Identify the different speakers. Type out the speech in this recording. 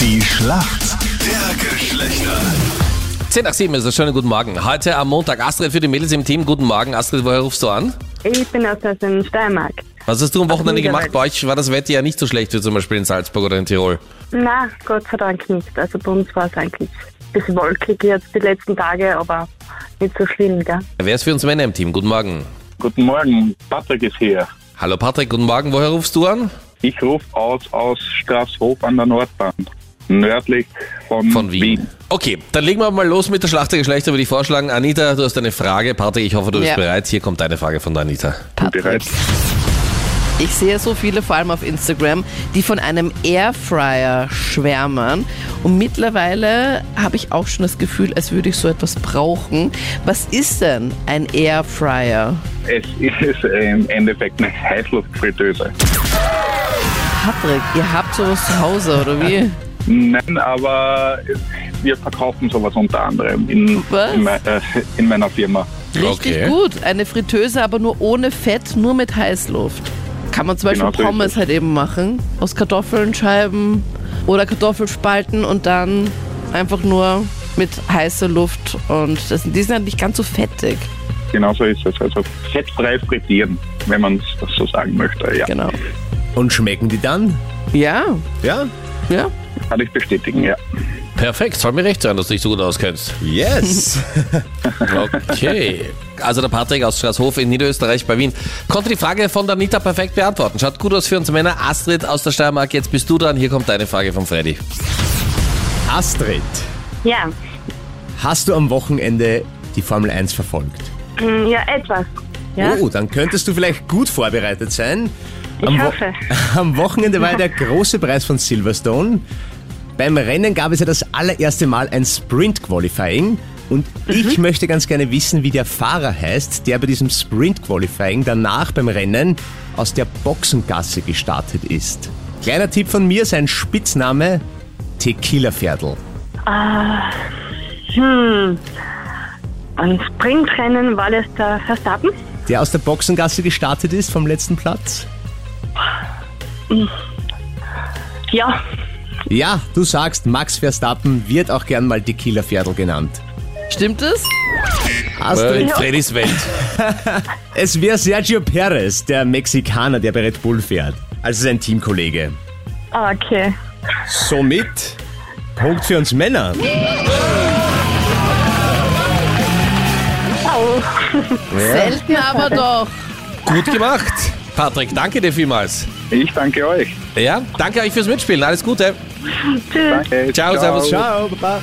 Speaker 1: Die Schlacht der Geschlechter.
Speaker 2: 10 nach 7 ist das schöne Guten Morgen. Heute am Montag Astrid für die Mädels im Team. Guten Morgen. Astrid, woher rufst du an?
Speaker 3: Ich bin aus dem Steiermark.
Speaker 2: Was hast du am Wochenende
Speaker 3: Niederösterreich.
Speaker 2: gemacht? Bei euch war das Wetter ja nicht so schlecht wie zum Beispiel in Salzburg oder in Tirol.
Speaker 3: Na, Gott sei Dank nicht. Also bei uns war es eigentlich ein bisschen wolkig jetzt die letzten Tage, aber nicht so schlimm, gell?
Speaker 2: Wer ist für uns Männer im Team? Guten Morgen.
Speaker 4: Guten Morgen, Patrick ist hier.
Speaker 2: Hallo Patrick, guten Morgen. Woher rufst du an?
Speaker 4: Ich rufe aus aus Straßhof an der Nordbahn, nördlich von,
Speaker 2: Von Wien. Okay, dann legen wir mal los mit der Schlacht der Geschlechter, würde ich vorschlagen. Anita, du hast eine Frage. Patrick, ich hoffe, du bist
Speaker 5: Ja.
Speaker 2: bereit. Hier kommt deine Frage von der Anita.
Speaker 5: Patrick.
Speaker 4: Bereit?
Speaker 5: Ich sehe so viele, vor allem auf Instagram, die von einem Airfryer schwärmen. Und mittlerweile habe ich auch schon das Gefühl, als würde ich so etwas brauchen. Was ist denn ein Airfryer?
Speaker 4: Es ist im Endeffekt eine Heißluftfritteuse.
Speaker 5: Patrick, ihr habt sowas zu Hause, oder wie?
Speaker 4: Nein, aber wir verkaufen sowas unter anderem in,
Speaker 5: Was?
Speaker 4: in, mei- äh, in meiner Firma.
Speaker 5: Richtig
Speaker 2: Okay.
Speaker 5: gut. Eine Fritteuse, aber nur ohne Fett, nur mit Heißluft. Kann man zum Beispiel
Speaker 4: Genau so ist
Speaker 5: Pommes
Speaker 4: es.
Speaker 5: halt eben machen. Aus Kartoffeln, Scheiben oder Kartoffelspalten und dann einfach nur mit heißer Luft. Und das, die sind halt nicht ganz so fettig.
Speaker 4: Genauso ist es. Also fettfrei frittieren, wenn man das so sagen möchte. Ja,
Speaker 5: Genau.
Speaker 6: Und schmecken die dann?
Speaker 5: Ja,
Speaker 6: Ja?
Speaker 5: ja.
Speaker 4: kann ich bestätigen, ja.
Speaker 2: Perfekt, soll mir recht sein, dass du dich so gut auskennst.
Speaker 6: Yes!
Speaker 2: Okay. Also der Patrick aus Straßhof in Niederösterreich bei Wien konnte die Frage von der Anita perfekt beantworten. Schaut gut aus für uns Männer. Astrid aus der Steiermark, jetzt bist du dran. Hier kommt deine Frage von Freddy.
Speaker 6: Astrid,
Speaker 3: Ja,
Speaker 6: hast du am Wochenende die Formel 1 verfolgt?
Speaker 3: Hm, ja, etwas. Ja,
Speaker 6: Oh, dann könntest du vielleicht gut vorbereitet sein. Am,
Speaker 3: ich
Speaker 6: Wo-
Speaker 3: hoffe.
Speaker 6: am Wochenende war ja der große Preis von Silverstone. Beim Rennen gab es ja das allererste Mal ein Sprint-Qualifying. Und
Speaker 3: Mhm.
Speaker 6: ich möchte ganz gerne wissen, wie der Fahrer heißt, der bei diesem Sprint-Qualifying danach beim Rennen aus der Boxengasse gestartet ist. Kleiner Tipp von mir, sein Spitzname Tequila-Pferdl.
Speaker 3: Am Sprintrennen war das der Verstappen.
Speaker 6: Der aus der Boxengasse gestartet ist vom letzten Platz.
Speaker 3: Ja,
Speaker 6: Ja, du sagst, Max Verstappen wird auch gern mal Tequila-Pferdl genannt.
Speaker 5: Stimmt es?
Speaker 6: Astrid,
Speaker 2: Äh, In Freddys Welt.
Speaker 6: Es wäre Sergio Perez, der Mexikaner, der bei Red Bull fährt. Also sein Teamkollege.
Speaker 3: Ah, okay.
Speaker 6: Somit Punkt für uns Männer.
Speaker 3: Au.
Speaker 5: Selten aber doch.
Speaker 2: Gut gemacht. Patrick, danke dir vielmals.
Speaker 4: Ich danke euch.
Speaker 2: Ja, danke euch fürs Mitspielen. Alles Gute.
Speaker 3: Tschüss.
Speaker 4: Danke.
Speaker 2: Ciao, servus,
Speaker 6: Ciao, Baba.